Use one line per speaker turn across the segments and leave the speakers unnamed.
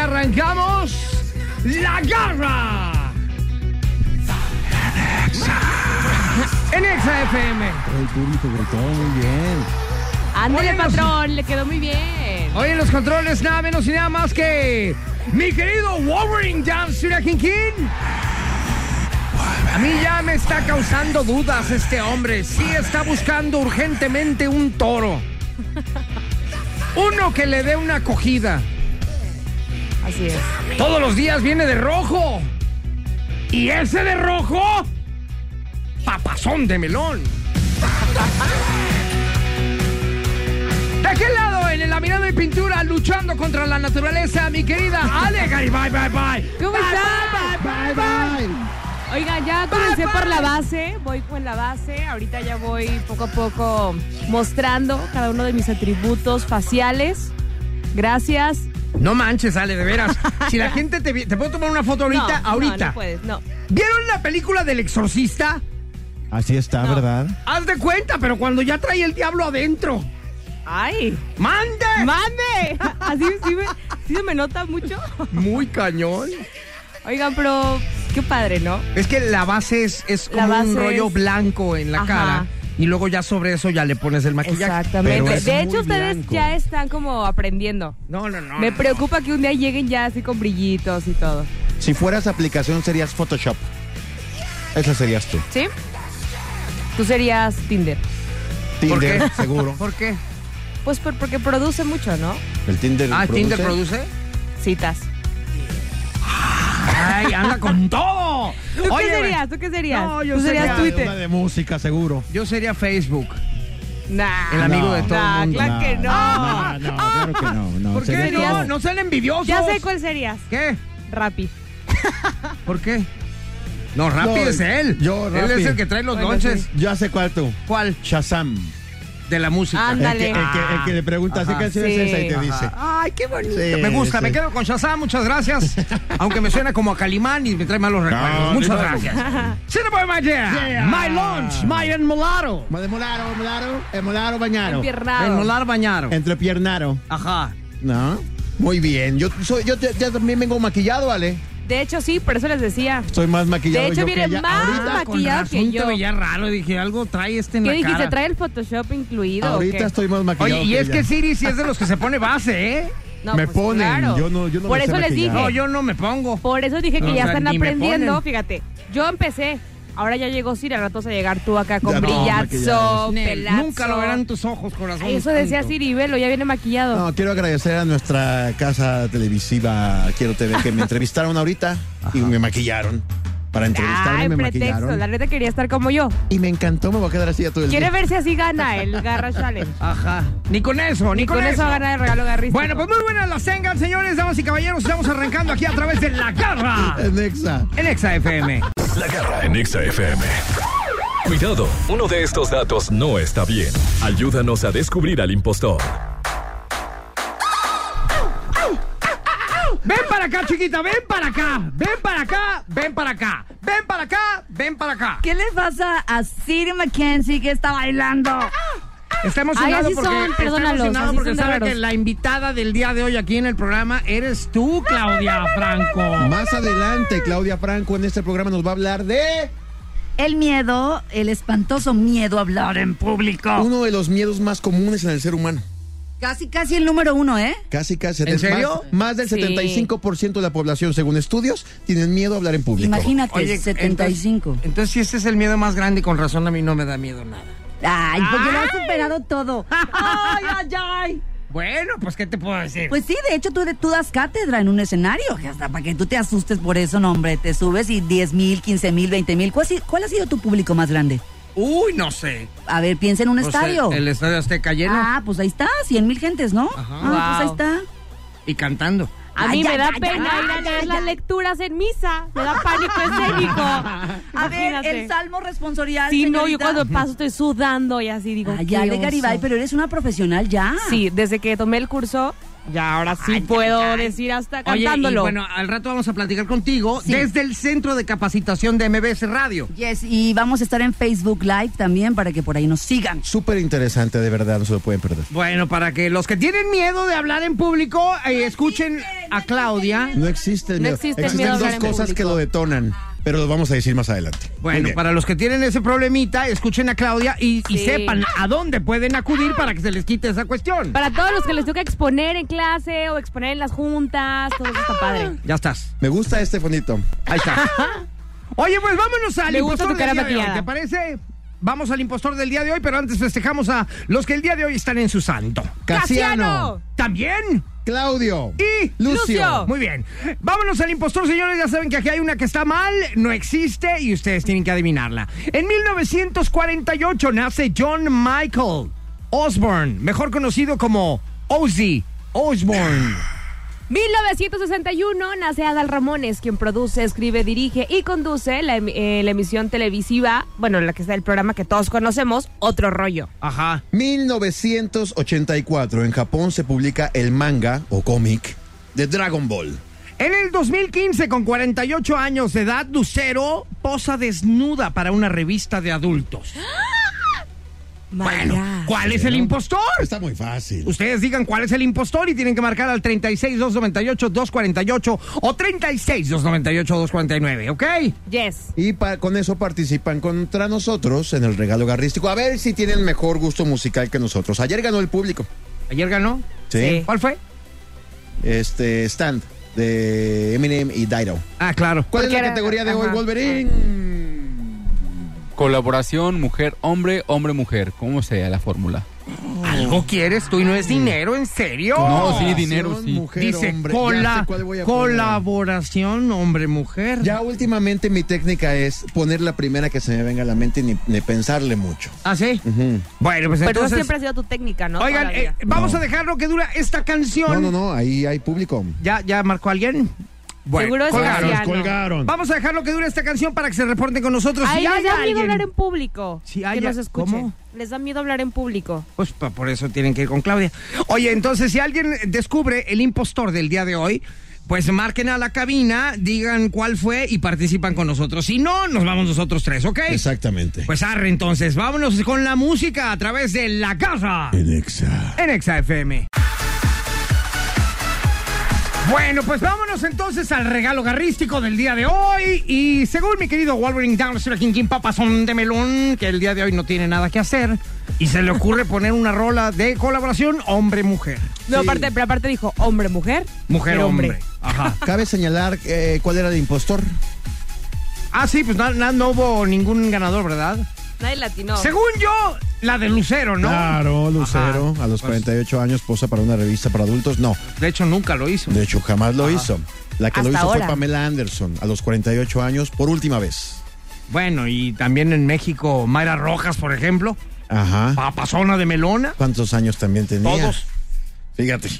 arrancamos la garra. En Exa FM.
El público gritó muy bien.
Ándale, patrón, los... le quedó muy bien.
Hoy en los controles, nada menos y nada más que mi querido Wolverine Dance King King. A mí ya me está causando dudas este hombre. Sí está buscando urgentemente un toro. Uno que le dé una acogida.
Así es.
Todos los días viene de rojo. Y ese de rojo, papazón de melón. ¿De qué lado? En el laminado de pintura, luchando contra la naturaleza, mi querida Ale Bye, bye, bye.
¿Cómo
bye,
estás? Bye, bye, bye, bye. Oiga, ya comencé por la base, voy con la base, ahorita ya voy poco a poco mostrando cada uno de mis atributos faciales. Gracias,
no manches, Ale, de veras. Si la gente te ¿Te puedo tomar una foto ahorita?
No,
ahorita.
No, no puedes, no.
¿Vieron la película del exorcista?
Así
Ah,
está, no. ¿verdad?
Haz de cuenta, pero cuando ya trae el diablo adentro.
¡Ay!
¡Mande!
¡Mande! Así sí me, sí me nota mucho.
Muy cañón.
Oigan, pero qué padre, ¿no?
Es que la base es, es como base un rollo es... blanco en la Ajá. cara y luego ya sobre eso ya le pones el maquillaje.
Exactamente. Es de hecho, ustedes blanco. ya están como aprendiendo.
No, no, no.
Me
no,
preocupa
no.
que un día lleguen ya así con brillitos y todo.
Si fueras aplicación, serías Photoshop. Esa serías tú.
¿Sí? Tú serías Tinder.
Tinder, ¿Por qué? seguro.
¿Por qué?
Pues por, porque produce mucho, ¿no?
El Tinder
ah,
produce.
¿Tinder produce?
Citas.
¡Ay, anda con todo!
¿Tú Oye, qué serías? ¿Tú qué serías?
No, yo
¿Tú
sería
serías Twitter.
Una de música, seguro.
Yo sería Facebook.
Nah,
el amigo de todo
nah,
el mundo.
Claro que no.
No, no, claro que no. no
¿Por qué
sería-
no? No sean envidiosos.
Ya sé cuál serías.
¿Qué?
Rappi.
¿Por qué? No, Rappi
No,
es él.
yo,
Él
Rappi.
es el que trae los
Bueno,
lonches.
sí.
Yo sé cuál tú.
¿Cuál?
Shazam.
De la música.
El
Ándale.
que, el, que, el que le preguntas
Ajá.
qué canción es esa y te
Sí.
dice.
Ay, qué bonito.
Sí,
me gusta,
sí.
me quedo con Shazam, muchas gracias. Aunque me suena como a Calimán y me trae malos recuerdos.
No,
muchas
ni modo.
gracias. Cinnamon, my dear.
Yeah.
My lunch, my enmolado.
Molaro, molaro, molaro, bañaro.
Empiernado.
Enmolar bañado.
Entre piernaro.
Ajá.
No. Muy bien. Yo, soy, yo te- ya también vengo maquillado, Ale.
De hecho, sí, por eso les decía.
Soy más maquillado.
De hecho,
yo que
mire,
ella.
más
Ahorita,
Con
maquillado
razón
que
te
Ah, yo.
veía raro, dije, algo trae este en
¿Qué
la
dijiste?
cara.
¿Trae el Photoshop incluido? o
ahorita
qué?
estoy más maquillado.
Oye, y es
ella.
que Siri sí es de los que se pone base, ¿eh?
No,
Me
pues,
ponen,
claro.
yo no- yo no
Por
me sé
eso les dije.
maquillar.
No, yo no me pongo.
Por eso dije que
No,
ya
o sea,
están
ni me
aprendiendo.
ponen.
Fíjate, yo empecé. Ahora ya llegó Siri, al rato vas a llegar tú acá con
Ya no,
brillazo,
maquilladas.
Nel,
pelazo.
Nunca lo verán tus ojos, corazón.
Ay, Eso decía
santo.
Siri, velo, ya viene maquillado.
No, quiero agradecer a nuestra casa televisiva Quiero TV que me entrevistaron ahorita y me maquillaron. Para entrevistarme
Ay,
me
pretexto. La
maquillaron.
neta quería estar como yo.
Y me encantó, me voy a quedar así ya todo el
Quiere
día.
ver si así gana el Garra Challenge.
Ajá. Ni con eso, ni,
Y con eso gana el regalo garrista.
Bueno, pues muy buenas las tengan, señores, damas y caballeros. Estamos arrancando aquí a través de La Garra.
En Exa.
En Exa FM.
La garra en Exa FM. Cuidado, uno de estos datos no está bien. Ayúdanos a descubrir al impostor.
Ven para acá, chiquita, ven para acá. Ven para acá, ven para acá. Ven para acá, ven para acá.
¿Qué le pasa a Siri McKenzie que está bailando?
Está emocionado
Ay, así
porque,
son,
está
perdónalos,
emocionado
así
porque
son de
sabe
raros.
que la invitada del día de hoy aquí en el programa eres tú, Claudia Franco.
Más adelante, Claudia Franco en este programa nos va a hablar de
El miedo, el espantoso miedo a hablar en público.
uno de los miedos más comunes en el ser humano.
Casi, casi el número uno, ¿eh?
Casi, casi.
¿En
es más-
serio?
Más, del
Sí.
75% de la población, según estudios, tienen miedo a hablar en público.
Imagínate,
Oye,
Este,
75.
Entonces, entonces, si este es el miedo más grande, y con razón a mí no me da miedo nada.
Ay, porque lo
Ay.
has superado todo. Ay, ay, ay.
Bueno, pues, ¿qué te puedo decir?
Pues sí, de hecho tú, tú das cátedra en un escenario, que hasta para que tú te asustes por eso, no, hombre, te subes y 10 mil, 15 mil, 20 mil. ¿Cuál, ha sido- cuál ha sido tu público más grande?
Uy, no sé.
A ver, piensa en un
Pues,
O sea,
estadio.
el estadio Azteca lleno
Ah, pues ahí está, 100 mil gentes, ¿no? Ah,
Wow.
pues ahí está.
y cantando.
A mí
Ay, ya,
me da
ya,
pena
ya,
ir a
ya,
leer
ya.
las lecturas en misa. Me da pánico escénico.
A ver,
Imagínate.
el salmo responsorial.
Sí, no, yo
señorita.
cuando paso estoy sudando y así digo.
Ay,
qué
Ale
oso.
Garibay, pero eres una profesional ya.
Sí, desde que tomé el curso, ya ahora sí puedo decir hasta
Oye, y
cantándolo.
bueno, al rato vamos a platicar contigo
Sí.
desde el centro de capacitación de MBS Radio.
Yes, y vamos a estar en Facebook Live también para que por ahí nos sigan.
Súper interesante, de verdad, no se lo pueden perder.
Bueno, para que los que tienen miedo de hablar en público eh, escuchen a Claudia.
No existe el
No
miedo.
existe el
Existen
miedo a
dos
hablar en
cosas
público.
que lo detonan, pero lo vamos a decir más adelante. Muy
Bueno,
bien.
para los que tienen ese problemita, escuchen a Claudia y, y
Sí.
sepan a dónde pueden acudir para que se les quite esa cuestión.
Para todos los que les toca exponer en clase o exponer en las juntas, todo eso está
Ah.
padre.
Ya estás.
Me gusta este fondito.
Ahí está. Oye, pues vámonos al
Me gusta
impostor
tu
del
cara
día de hoy.
maquillada.
¿Te parece? Vamos al impostor del día de hoy, pero antes festejamos a los que el día de hoy están en su santo.
¡Casiano!
También
Claudio
Y
Lucio.
Muy bien. Vámonos al impostor, señores. Ya saben que aquí hay una que está mal, no existe y ustedes tienen que adivinarla. En 1948 nace John Michael Osborne, mejor conocido como Ozzy Osborne.
1961 nace Adal Ramones, quien produce, escribe, dirige y conduce la, em- eh, la emisión televisiva, bueno, la que está el programa que todos conocemos, Otro Rollo.
Ajá.
1984, en Japón se publica el manga o cómic de Dragon Ball.
En el 2015, con 48 años de edad, Lucero posa desnuda para una revista de adultos. Bueno, ¿cuál es el impostor?
Está muy fácil.
Ustedes digan cuál es el impostor y tienen que marcar al 36-298-248 o 36-298-249, ¿ok?
Yes.
Y pa- con eso participan contra nosotros en el regalo garrístico. A ver si tienen mejor gusto musical que nosotros. Ayer ganó el público.
¿Ayer ganó?
Sí.
¿Cuál fue?
Este stand de Eminem y Dido.
Ah, claro.
¿Cuál es la
Porque era-
categoría de hoy,
ajá.
Wolverine?
Colaboración mujer-hombre, hombre-mujer. ¿Cómo sea la fórmula?
¿Algo quieres tú y no es dinero? ¿En serio?
No, sí, dinero,
Acción,
sí.
mujer,
Dice
hombre.
cola-
Ya sé cuál voy a poner.
colaboración hombre-mujer.
Ya últimamente mi técnica es poner la primera que se me venga a la mente y ni, ni pensarle mucho.
¿Ah, sí?
Mm.
Bueno, pues
Pero esa
entonces...
siempre ha sido tu técnica, ¿no?
Oigan,
Toda la vida.
eh, vamos
No.
a dejar lo que dura esta canción.
No, no, no, ahí hay público.
¿Ya, ya marcó alguien? Bueno,
Seguro es
colgaron.
Graciano.
Vamos a dejar lo que dure esta canción para que se reporten con nosotros.
Ay,
Si
les
hay
da miedo
alguien-
hablar en público.
Sí, hay-
que nos escuchen.
¿cómo?
Les da miedo hablar en público.
Pues pa- por eso tienen que ir con Claudia. Oye, entonces si alguien descubre el impostor del día de hoy, pues marquen a la cabina, digan cuál fue y participan con nosotros. Si no, nos vamos nosotros tres, ¿ok?
Exactamente.
Pues arre entonces, vámonos con la música a través de La Garra
En Exa.
en Exa FM. Bueno, pues vámonos entonces al regalo garrístico del día de hoy. Y según mi querido Wolverine Downstreet, King King Papazón de Melón, que el día de hoy no tiene nada que hacer, y se le ocurre poner una rola de colaboración hombre-mujer.
No, aparte, pero aparte dijo hombre, mujer. pero
Mujer-hombre. Ajá.
Cabe señalar eh, cuál era el impostor.
Ah, sí, pues na- na- no hubo ningún ganador, ¿verdad?
Nadie latino.
Según yo, la de Lucero, ¿no?
Claro, Lucero,
Ajá. Pues.
a los 48 años posa para una revista para adultos. No,
De hecho, nunca lo hizo.
de hecho jamás lo hizo. La que lo
Hasta
hizo
ahora.
fue Pamela Anderson a los 48 años por última vez.
Bueno, y también en México, Mayra Rojas, por ejemplo,
Ajá.
papazona de melona.
¿Cuántos años también tenía?
Todos.
Fíjate.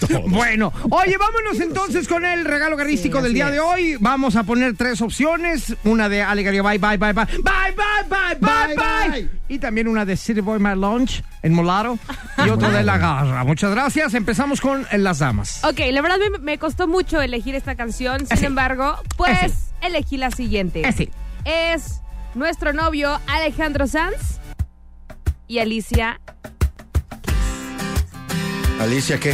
Todos.
Bueno, oye, vámonos entonces con el regalo garrístico
Sí,
del
así
día
es.
de hoy. Vamos a poner tres opciones. Una de Alegría Bye Bye Bye Bye Bye Bye Bye Bye Bye
Bye,
Bye
bye.
y también una de City Boy My Lunch en Molaro y otra de La Garra. Muchas gracias. Empezamos con eh, las damas.
Ok, la verdad me, me costó mucho elegir esta canción,
Eh,
sin embargo, pues
Ese.
elegí la siguiente.
Ese.
Es nuestro novio Alejandro Sanz y Alicia.
Alicia, ¿qué?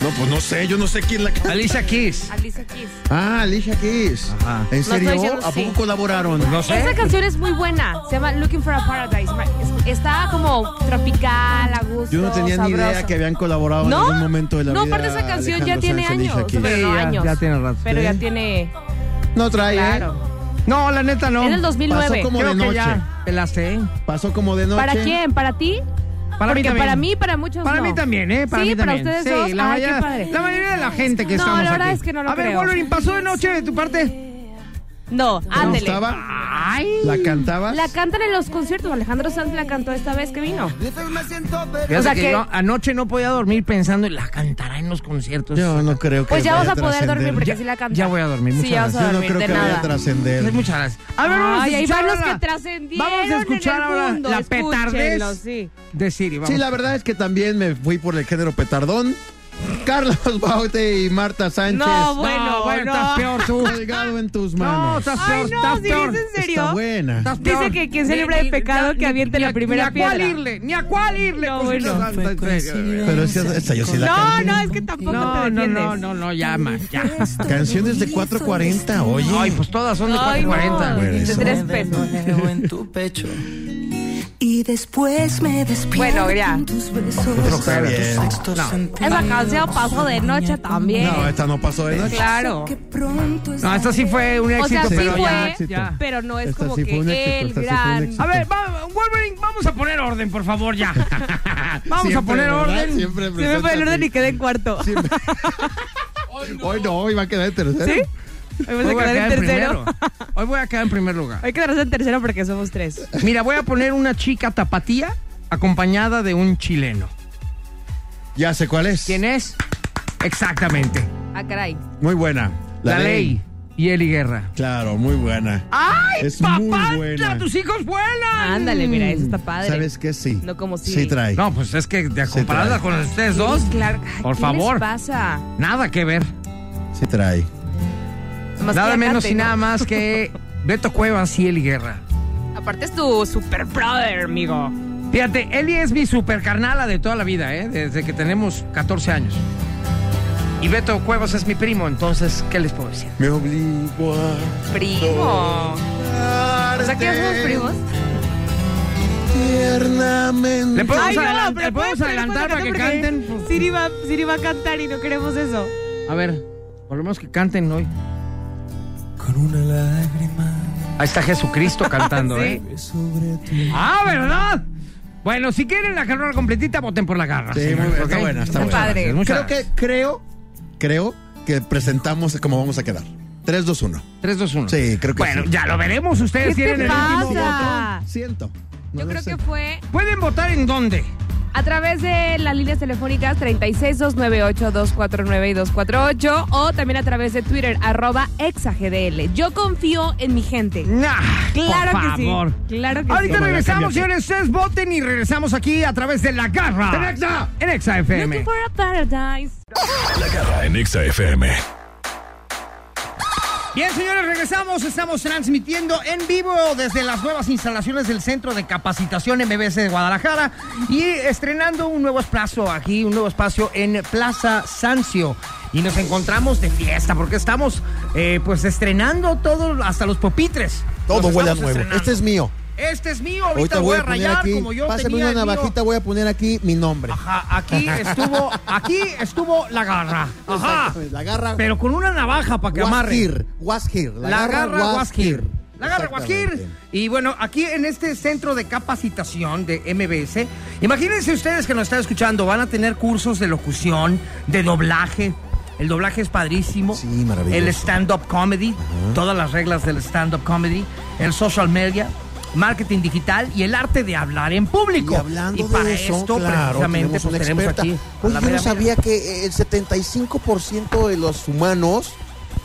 No, pues no sé, yo no sé quién la canta.
Alicia Keys.
Alicia Keys.
Ah, Alicia Keys.
Ajá.
¿En
No
serio?
estoy diciendo
¿A
sí.
poco colaboraron?
No sé.
Esta canción es muy buena, se llama Looking for a Paradise. Ma- es- Está como tropical, a gusto.
Yo no tenía ni idea
sabroso.
que habían colaborado en
¿No?
algún momento de la
no,
vida.
aparte esa canción ya
Alejandro
tiene
Sanz y Alicia
años.
Keys.
Bueno, no
Sí, ya-
años.
ya tiene rato.
Pero
Sí.
ya tiene.
No trae, ¿eh?
Claro.
No, la neta no.
Es del
Pasó
2009.
como
Creo
de
que
noche.
ya pelaste, ¿eh?
Pasó como de noche.
¿Para quién? ¿Para ti?
Para mí
Porque
también.
para mí, para muchos
Para
no.
mí también, ¿eh? Para
sí,
mí también.
para ustedes
sí,
dos.
La,
Ay, qué
mayoría-
padre.
la mayoría de la gente que
No,
estamos
la verdad
aquí.
es que no lo
A ver,
creo.
Wolverine, ¿pasó de noche de tu parte?
No,
¿No
ándele.
estaba?
Ay.
¿La cantabas?
La cantan en los conciertos. Alejandro Sanz la cantó esta vez que vino.
Fíjate
O sea
que,
que-
yo anoche no podía dormir pensando en la cantará en los conciertos.
Yo no creo que
Pues ya vas
vaya
a poder
trascender.
dormir porque
Ya-
sí la canta.
ya voy a dormir,
Sí,
muchas
ya vas a
Yo no
dormir,
creo
de
que vaya a
nada.
trascender.
Muchas gracias. A ver, vamos
Ay,
a
ahí
escuchar
van los
ahora-
que trascendieron.
Vamos a escuchar
en el
ahora
mundo.
la petardez
Escúchenlo, sí.
de Siri. Vamos.
Sí, la verdad es que también me fui por el género petardón. Carlos Baute y Marta Sánchez.
No,
No,
bueno,
bueno,
bueno.
estás peor tú.
Colgado en tus
No,
manos.
estás
Ay,
peor,
no,
estás
Siri,
peor.
¿es en
Está
serio?
buena.
Estás
Dice
peor.
que quien se
Ni-
libra de
ni-
pecado,
ni-
que aviente
ni-
la
ni
primera
a cuál
piedra.
irle, ni a cuál irle.
No,
cosita
bueno.
santa, en serio.
Pero esta, esta yo sí la
No,
canté.
no, es que tampoco te
No, no,
defiendes.
no, no, no, ya, más, ya.
Canciones de 4.40, oye.
Ay, pues todas son de
Ay, no.
440.
Bueno,
De
eso.
tres pesos.
en tu pecho. Y después me despierto
Bueno, ya.
con tus besos.
Está bien.
Esa canción pasó de noche también.
No, esta no pasó de noche.
Claro.
Que pronto
No, esta sí fue un
O
éxito,
sea, sí
pero ya,
fue,
éxito.
ya.
pero no es
Esta
como
sí fue un
que el
éxito, esta sí fue un
gran... Ah,
éxito.
A ver, va- Wolverine, vamos a poner orden, por favor, ya. vamos
Siempre,
a poner
¿verdad?
orden.
Siempre
Se me fue el
presenta
orden y
así.
quedé en cuarto.
Siempre. Hoy no, hoy va a quedar en tercero.
¿Sí? Hoy vas
Hoy
a
voy a
quedar en
quedar en
tercero.
primero. Hoy voy a quedar en primer lugar.
Hay que quedarse en tercero porque somos tres.
Mira, voy a poner una chica tapatía acompañada de un chileno.
Ya sé cuál es.
¿Quién es? Exactamente.
Ah, caray.
Muy buena.
La, ley. Ah, y Eli Guerra.
Claro, muy buena.
¡Ay,
Es muy
papá!
buena.
¡Tus hijos vuelan!
Ándale, mira, eso está padre.
¿Sabes qué? Sí.
No como Siri.
Sí trae.
No, pues es que de
Se
comparada
trae.
con ustedes dos,
Claro. Ay,
Por
¿qué
favor.
les pasa?
nada que ver.
Sí trae.
Más que
nada
la
menos
cante,
y
¿no?
nada más que Beto Cuevas y Eli Guerra.
Aparte es tu super brother, amigo.
Fíjate, Eli es mi super carnala de toda la vida, ¿eh? Desde que tenemos 14 años. Y Beto Cuevas es mi primo, entonces, ¿qué les puedo decir?
Me obligo
Primo.
a.
O sea, que somos primos.
Tiernamente.
¿Le podemos, adelan-
pero
¿le podemos
puedes poner
adelantar
cuando
para que
cante
canten? pues.
porque Siri va, Siri va a cantar y no queremos eso.
A ver, por lo menos que canten hoy.
Con una lágrima
Ahí está Jesucristo cantando,
Sí.
¿eh?
sobre tu
¡Ah, verdad! Bueno, si quieren la carrera completita, voten por la garra.
Sí,
señores,
muy bien,
¿ok?
está buena, está
Muchas
buena.
gracias, muchas
Creo que,
gracias.
creo, creo que presentamos cómo vamos a quedar. 3, 2, 1.
3, 2, 1.
Sí, creo que
Bueno,
sí.
ya lo veremos. Ustedes
¿Qué te
tienen el
pasa?
último voto.
Siento. No
Yo
lo
creo
sé.
que fue
¿Pueden votar en dónde?
a través de las líneas telefónicas 36298-249 y 248 o también a través de Twitter, arroba exagdl. Yo confío en mi gente.
Nah,
Claro
por
que
favor.
sí. Claro que
Ahorita
sí.
regresamos, señores. Ustedes voten y regresamos aquí a través de la garra. En Exa. En Exa FM.
Looking for a paradise.
En Exa FM.
Bien, señores, regresamos. Estamos transmitiendo en vivo desde las nuevas instalaciones del Centro de Capacitación MBC de Guadalajara y estrenando un nuevo espacio aquí, un nuevo espacio en Plaza Sancio. Y nos encontramos de fiesta porque estamos eh, pues estrenando todo, hasta los pupitres.
Todo
Los
huele a
estamos
nuevo.
estrenando.
Este es mío.
Este es mío, ahorita,
Ahorita
lo
voy a poner
rayar
aquí.
como yo
Pásame
tenía
una
el mío.
navajita, voy a poner aquí mi nombre.
Ajá, aquí estuvo, aquí estuvo la garra. Ajá.
Exactamente, La garra.
Pero con una navaja para que
was
amarre.
here, was here.
La, garra Guasquir. La garra Guasquir.
Exactamente.
Y bueno, aquí en este centro de capacitación de MBS, imagínense ustedes que nos están escuchando, van a tener cursos de locución, de doblaje, El doblaje es padrísimo.
Sí, maravilloso.
El stand-up comedy, todas las reglas del stand-up comedy, el social media, marketing digital y el arte de hablar en público.
Y hablando
para
de eso,
esto,
claro,
precisamente,
tenemos una
pues, tenemos
experta.
aquí. a
Oye,
la
yo no
mera
sabía que eh, el 75% de los humanos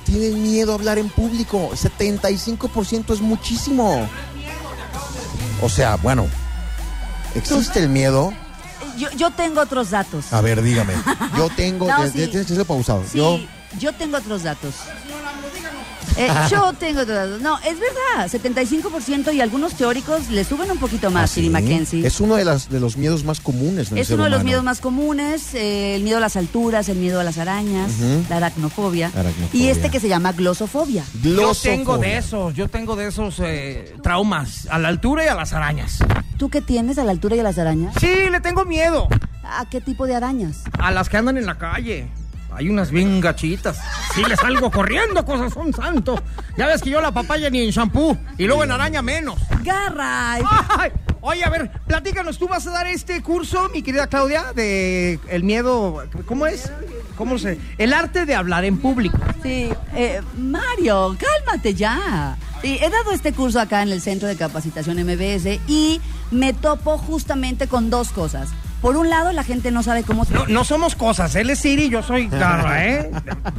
tienen miedo a hablar en público. 75% es muchísimo. O sea, bueno, existe el miedo.
Yo, yo tengo otros datos.
A ver, dígame. Yo tengo. ya-
No,
ya
sí.
Tienes Ah, que ser pausado.
Sí,
Yo,
yo, tengo otros datos. Eh, yo tengo otros datos. No, es verdad, 75% y algunos teóricos le suben un poquito más,
Ah,
Siri
sí.
Mackenzie.
Es uno de, las, de los miedos más comunes. del
Es
ser
uno de los
humano.
miedos más comunes, eh, el miedo a las alturas, el miedo a las arañas,
Ujú.
la aracnofobia,
Aracnofobia.
y este que se llama glosofobia.
Yo
Glosofobia.
tengo de esos, yo tengo de esos eh, traumas, a la altura y a las arañas.
¿Tú qué tienes a la altura y a las arañas?
Sí, le tengo miedo.
¿A qué tipo de arañas?
A las que andan en la calle. Hay unas bien gachitas. Sí, les salgo corriendo, cosas son santos. Ya ves que yo la papaya ni en shampoo y luego en araña menos.
¡Garra!
Ay, Oye, a ver, platícanos, ¿tú vas a dar este curso, mi querida Claudia, de el miedo, ¿cómo es? ¿Cómo se? El arte de hablar en público.
Sí, eh, Mario, cálmate ya. Sí, he dado este curso acá en el Centro de Capacitación MBS y me topo justamente con dos cosas. Por un lado, la gente no sabe cómo...
No, no somos cosas, él es Siri, yo soy Garra, ¿eh?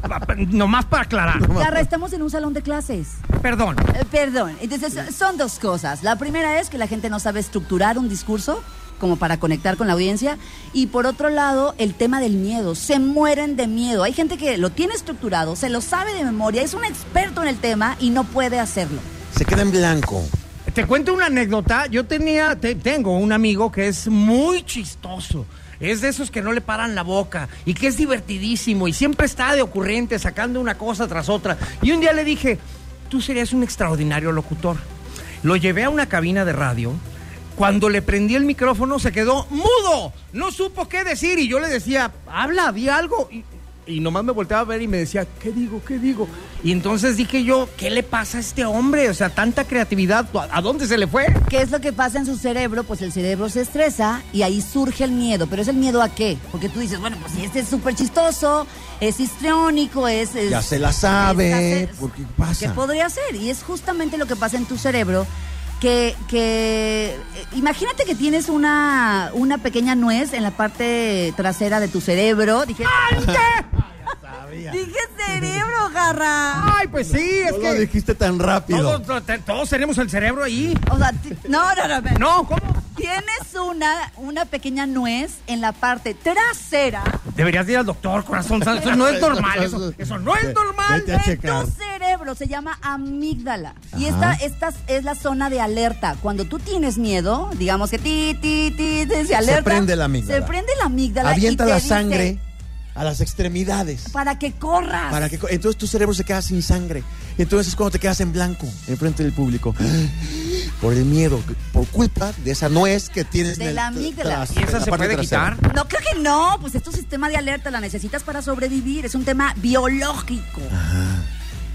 Pa- pa- Nomás para aclarar.
Garra, estamos en un salón de clases.
Perdón.
Eh, Perdón, entonces son dos cosas. La primera es que la gente no sabe estructurar un discurso como para conectar con la audiencia. Y por otro lado, el tema del miedo. Se mueren de miedo. Hay gente que lo tiene estructurado, se lo sabe de memoria, es un experto en el tema y no puede hacerlo.
Se queda en blanco.
Te cuento una anécdota. Yo tenía, te- tengo un amigo que es muy chistoso. Es de esos que no le paran la boca y que es divertidísimo y siempre está de ocurrente sacando una cosa tras otra. Y un día le dije, tú serías un extraordinario locutor. Lo llevé a una cabina de radio. Cuando le prendí el micrófono se quedó mudo. No supo qué decir y yo le decía, habla, di algo. Y, y nomás me volteaba a ver y me decía, ¿qué digo? ¿Qué digo? Y entonces dije yo, ¿qué le pasa a este hombre? O sea, tanta creatividad, ¿a a dónde se le fue?
¿Qué es lo que pasa en su cerebro? Pues el cerebro se estresa y ahí surge el miedo. ¿Pero es el miedo a qué? Porque tú dices, bueno, pues si este es súper chistoso, es histriónico, es... es-
Ya se la sabe,
es-
¿por qué pasa?
¿Qué podría ser? Y es justamente lo que pasa en tu cerebro. Que, que eh, imagínate que tienes una, una pequeña nuez en la parte trasera de tu cerebro. Dije,
Ah,
dije cerebro, garra.
Ay, pues sí, es
No lo
que
dijiste tan rápido.
todos, to- te- todos tenemos el cerebro ahí.
O sea, ti- no, no, no. no.
No, ¿cómo?
Tienes una, una pequeña nuez en la parte trasera
Deberías ir al doctor, corazón. santo, Eso no es normal. Eso, eso no es
Ve-
normal.
vete a
de
checar.
tu cerebro. Se llama amígdala. Y esta, esta es la zona de alerta. Cuando tú tienes miedo, digamos que ti, ti, ti, ti, se alerta.
prende la amígdala.
Se prende la amígdala. y
Avienta
te
la
dice,
sangre a las extremidades.
para que corras.
Para que, co- entonces tu cerebro se queda sin sangre. Entonces es cuando te quedas en blanco, enfrente del público. Por el miedo, por culpa de esa nuez que tienes
De
en el
la
tr-
amígdala.
tras-
¿Y esa
en la
se
parte
puede
trasera.
quitar?
No, creo que no. Pues es tu sistema de alerta. La necesitas para sobrevivir. Es un tema biológico.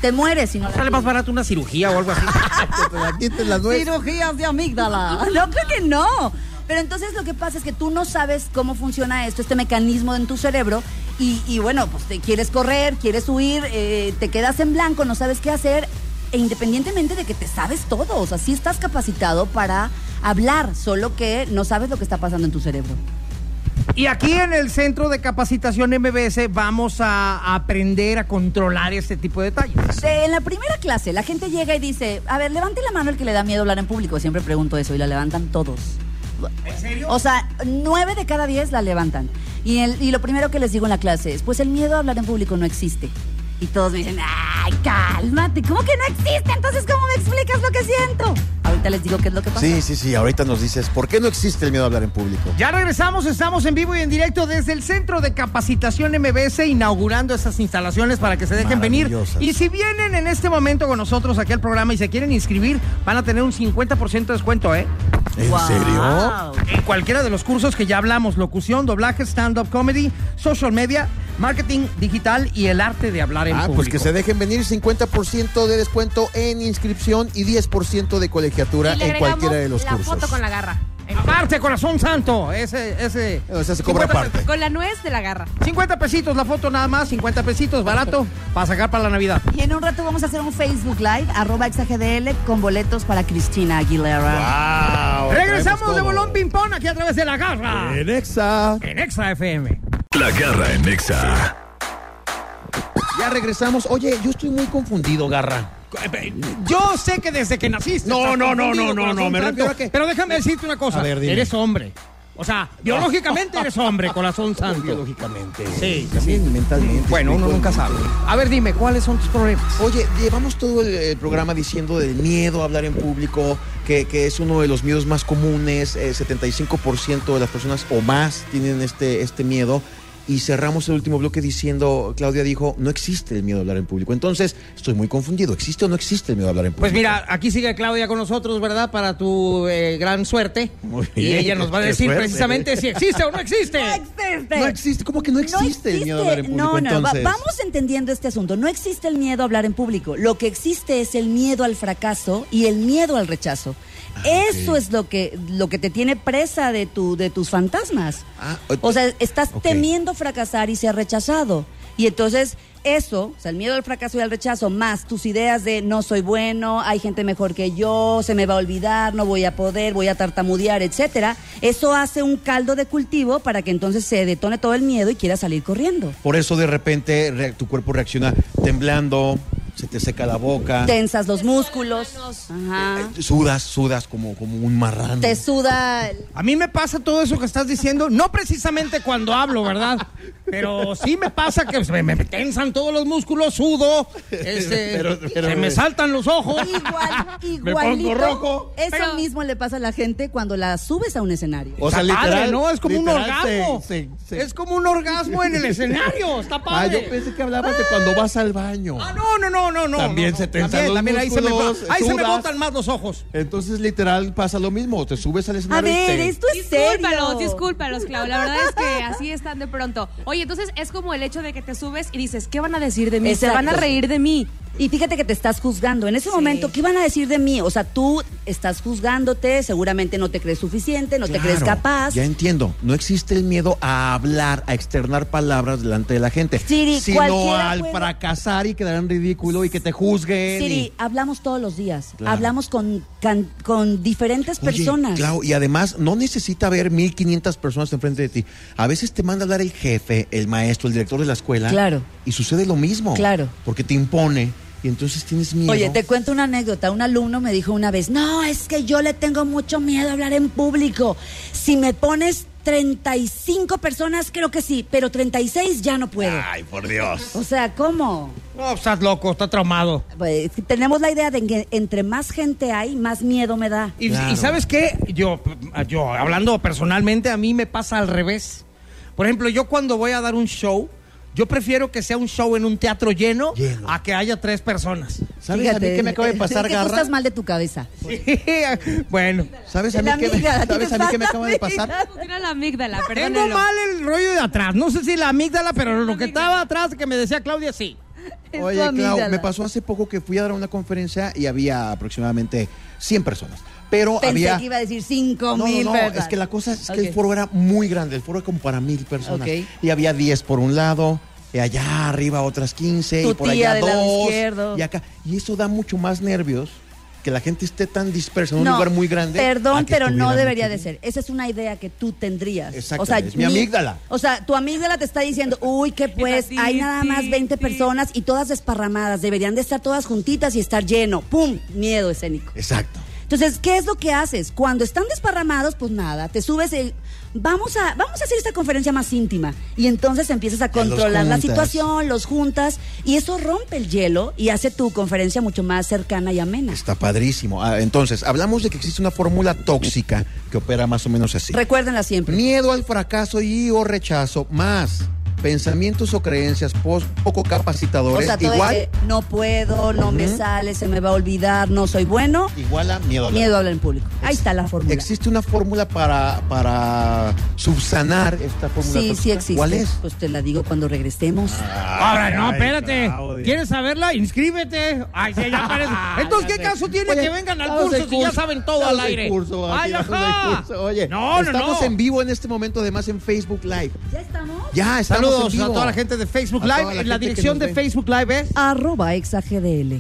Te mueres si no la
Sale más barato una cirugía o algo así.
Que te la quites la nuez.
Cirugías de amígdala. No, creo que no. Pero entonces lo que pasa es que tú no sabes cómo funciona esto, este mecanismo en tu cerebro. Y, y bueno, pues te quieres correr, quieres huir, eh, te quedas en blanco, no sabes qué hacer. E independientemente de que te sabes todo, o sea, sí estás capacitado para hablar, solo que no sabes lo que está pasando en tu cerebro.
Y aquí en el Centro de Capacitación MBS vamos a aprender a controlar este tipo de detalles.
De- en la primera clase, la gente llega y dice, a ver, levante la mano el que le da miedo hablar en público. Siempre pregunto eso y la levantan todos. ¿En serio? O sea, nueve de cada diez la levantan. Y, el- y lo primero que les digo en la clase es, pues el miedo a hablar en público no existe. Y todos me dicen, ay, cálmate, ¿cómo que no existe? Entonces, ¿cómo me explicas lo que siento? Ahorita les digo qué es lo que pasa.
Sí, sí, sí. Ahorita nos dices, ¿por qué no existe el miedo a hablar en público?
Ya regresamos, estamos en vivo y en directo desde el Centro de Capacitación MBS inaugurando estas instalaciones para que se dejen venir.
Maravillosas.
Y si vienen en este momento con nosotros aquí al programa y se quieren inscribir, van a tener un 50% de descuento, ¿eh?
¿En
Wow.
serio?
En cualquiera de los cursos que ya hablamos, locución, doblaje, stand-up comedy, social media, marketing digital y el arte de hablar en
Ah,
público.
pues que se dejen venir 50% de descuento en inscripción y 10% de colegiatura
Y le
en
agregamos
cualquiera de los
la
cursos.
foto con la garra.
Aparte, corazón santo. Ese, ese.
O sea, se cobra
50
aparte.
Con la nuez de la garra.
50 pesitos la foto nada más, 50 pesitos, barato, para sacar para la Navidad.
Y en un rato vamos a hacer un Facebook Live, arroba exagdl, con boletos para Cristina Aguilera.
¡Wow!
Regresamos
Traemos
de
todo.
Bolón Ping Pong aquí a través de la garra.
En Exa.
En Extra FM.
Eh,
La garra en Nexa.
Ya regresamos. Oye, yo estoy muy confundido, Garra.
Yo sé que desde que naciste.
No,
estás
no, no,
confundido,
no, no,
corazón
no, me
santo,
refiero a que- eh,
Pero déjame decirte una cosa.
A ver, dime.
Eres hombre. O sea, biológicamente eres hombre, corazón santo.
Biológicamente.
Sí,
También mentalmente.
Bueno, uno
explico.
nunca sabe. A ver, dime, ¿cuáles son tus problemas?
Oye, llevamos todo el, el programa diciendo del miedo a hablar en público, que, que es uno de los miedos más comunes, eh, 75% de las personas o más tienen este, este miedo. Y cerramos el último bloque diciendo, Claudia dijo, no existe el miedo a hablar en público. Entonces, estoy muy confundido, ¿existe o no existe el miedo a hablar en público?
Pues mira, aquí sigue Claudia con nosotros, ¿verdad? Para tu eh, gran suerte.
Muy
Y
bien.
ella nos va a
Qué
decir
suerte.
precisamente si existe o no existe.
No existe, ¿cómo que no existe, el miedo a hablar en público?
No, no, va-
entonces?
vamos entendiendo este asunto. No existe el miedo a hablar en público. Lo que existe es el miedo al fracaso y el miedo al rechazo.
Ah,
Eso es lo que, lo que te tiene presa de, tu, de tus fantasmas.
Ah,
o sea, estás
ok.
temiendo fracasar y ser rechazado. Y entonces eso, o sea, el miedo al fracaso y al rechazo, más tus ideas de no soy bueno, hay gente mejor que yo, se me va a olvidar, no voy a poder, voy a tartamudear, etcétera, eso hace un caldo de cultivo para que entonces se detone todo el miedo y quieras salir corriendo.
Por eso de repente re- tu cuerpo reacciona temblando, se te seca la boca,
Tensas los músculos, ajá,
sudas, sudas como, como un marrano.
te suda el-
A mí me pasa todo eso que estás diciendo, no precisamente cuando hablo, ¿verdad? Pero sí me pasa que se me, me tensan todos los músculos, sudo, este,
Pero- pero-
se me saltan los ojos.
igual,
Me pongo
igualito.
rojo.
Eso
Pero-
mismo le pasa a la gente cuando la subes a un escenario.
O
Está
sea, literal,
padre, ¿no? Es como un
literal, se-
orgasmo.
se- se-
Es como un orgasmo en el escenario, está
Ah,
padre.
yo pensé que hablabas de cuando vas al baño.
Ah, no, no, no, no, no.
También
no,
se
no,
tensan
también,
los
también ahí se me
músculos,
ahí se me
sudas.
botan más los ojos.
Entonces, literal, pasa lo mismo. Te subes al
A
escenario y
ver,
te-
esto es
Discúlpalos,
serio.
discúlpalos, Clau. La verdad es que así están de pronto. Oye, entonces es como el hecho de que te subes y dices, ¿qué van a decir de mí? Se
Exacto.
van a reír de mí.
Y fíjate que te estás juzgando. En ese momento, ¿qué van a decir de mí? O sea, tú estás juzgándote, seguramente no te crees suficiente, no te crees
Claro,
capaz.
Ya entiendo. No existe el miedo a hablar, a externar palabras delante de la gente.
Siri,
sino
cualquiera
al
puede-
fracasar y quedar en ridículo y que te juzguen.
Siri,
y-
hablamos todos los días.
Claro.
Hablamos con, can- con diferentes
Oye,
personas.
Clau, y además no necesita haber 1500 personas enfrente de ti. A veces te manda a hablar el jefe, el maestro, el director de la escuela.
Claro.
Y sucede lo mismo.
Claro.
Porque te impone y entonces tienes miedo.
Oye, te cuento una anécdota. Un alumno me dijo una vez, no, es que yo le tengo mucho miedo a hablar en público. Si me pones 35 personas, creo que sí, pero 36 ya no puedo.
Ay, por Dios.
O sea, ¿cómo?
No, pues, estás loco, estás traumado.
Pues, tenemos la idea de que entre más gente hay, más miedo me da.
Y,
Claro.
y sabes qué, yo, yo hablando personalmente, a mí me pasa al revés. Por ejemplo, yo cuando voy a dar un show, yo prefiero que sea un show en un teatro lleno,
Lleno.
a que haya tres personas.
¿Sabes a mí
Fíjate, eh,
qué me acaba de pasar,
que tú
Garra?
estás mal de tu cabeza.
bueno,
¿Sabes
De
a mí
la
qué me,
amiga, a ti
¿sabes
te
a mí qué me
falta
acaba de pasar?
amiga.
Tira la amígdala,
tengo
perdónenlo.
mal el rollo de atrás. No sé si la amígdala, pero lo que
amígdala.
estaba atrás que me decía Claudia, sí.
Es tu
Oye, Clau,
amígdala.
me pasó hace poco que fui a dar una conferencia y había aproximadamente 100 personas. Pero
Pensé
había...
que iba a decir cinco
No,
mil.
no, no,
¿verdad?
es que la cosa es que
Ok.
el foro era muy grande, el foro era como para mil personas.
Ok.
Y había 10 por un lado, y allá arriba otras 15,
Tu
y por
tía
allá
del lado
dos,
izquierdo.
y acá. Y eso da mucho más nervios que la gente esté tan dispersa en un
No,
lugar muy grande. a
Perdón,
que
pero no
estuviera
debería
mucho-
de ser. Esa es una idea que tú tendrías.
Exacto,
O sea,
es mi
ni-
amígdala.
O sea, tu amígdala te está diciendo, uy, que pues
Esa sí,
hay nada
sí,
más 20
sí.
personas y todas desparramadas. Deberían de estar todas juntitas y estar lleno. ¡Pum! Miedo escénico.
Exacto.
Entonces, ¿qué es lo que haces? Cuando están desparramados, pues nada, te subes el... Vamos a, vamos a hacer esta conferencia más íntima. Y entonces empiezas a controlar la
juntas.
situación, los juntas, y eso rompe el hielo y hace tu conferencia mucho más cercana y amena.
Está padrísimo. Ah, entonces, hablamos de que existe una fórmula tóxica que opera más o menos así.
Recuérdenla siempre.
Miedo al fracaso y o rechazo, más pensamientos o creencias pos- poco
O
capacitadores,
sea, todo
igual
es de, no puedo, no me sale, se me va a olvidar, no soy bueno.
Igual a miedo. a hablar.
Miedo a hablar en público. Ahí está la fórmula.
existe una fórmula para, para subsanar esta fórmula.
Sí, sí
tóxica?
existe.
¿Cuál es? Ah.
Pues te la digo cuando regresemos.
Ahora, no, espérate. ¿Quieres saberla? Inscríbete. Ay, sí, ya parece. Entonces, ¿qué caso tiene
Oye,
que vengan al
estamos
curso,
en
si ya
curso,
saben todo al
estamos en
aire?
curso, aquí
Ay,
estamos en
ajá.
curso. Oye,
no, no,
estamos
no.
en vivo en este momento, además en Facebook Live.
¿Ya estamos?
Ya, estamos en
Saludos a
vivo.
toda la gente de Facebook
A
Live.
toda
La,
la gente que
dirección de
nos ve.
Facebook Live es.
Arroba exagdl.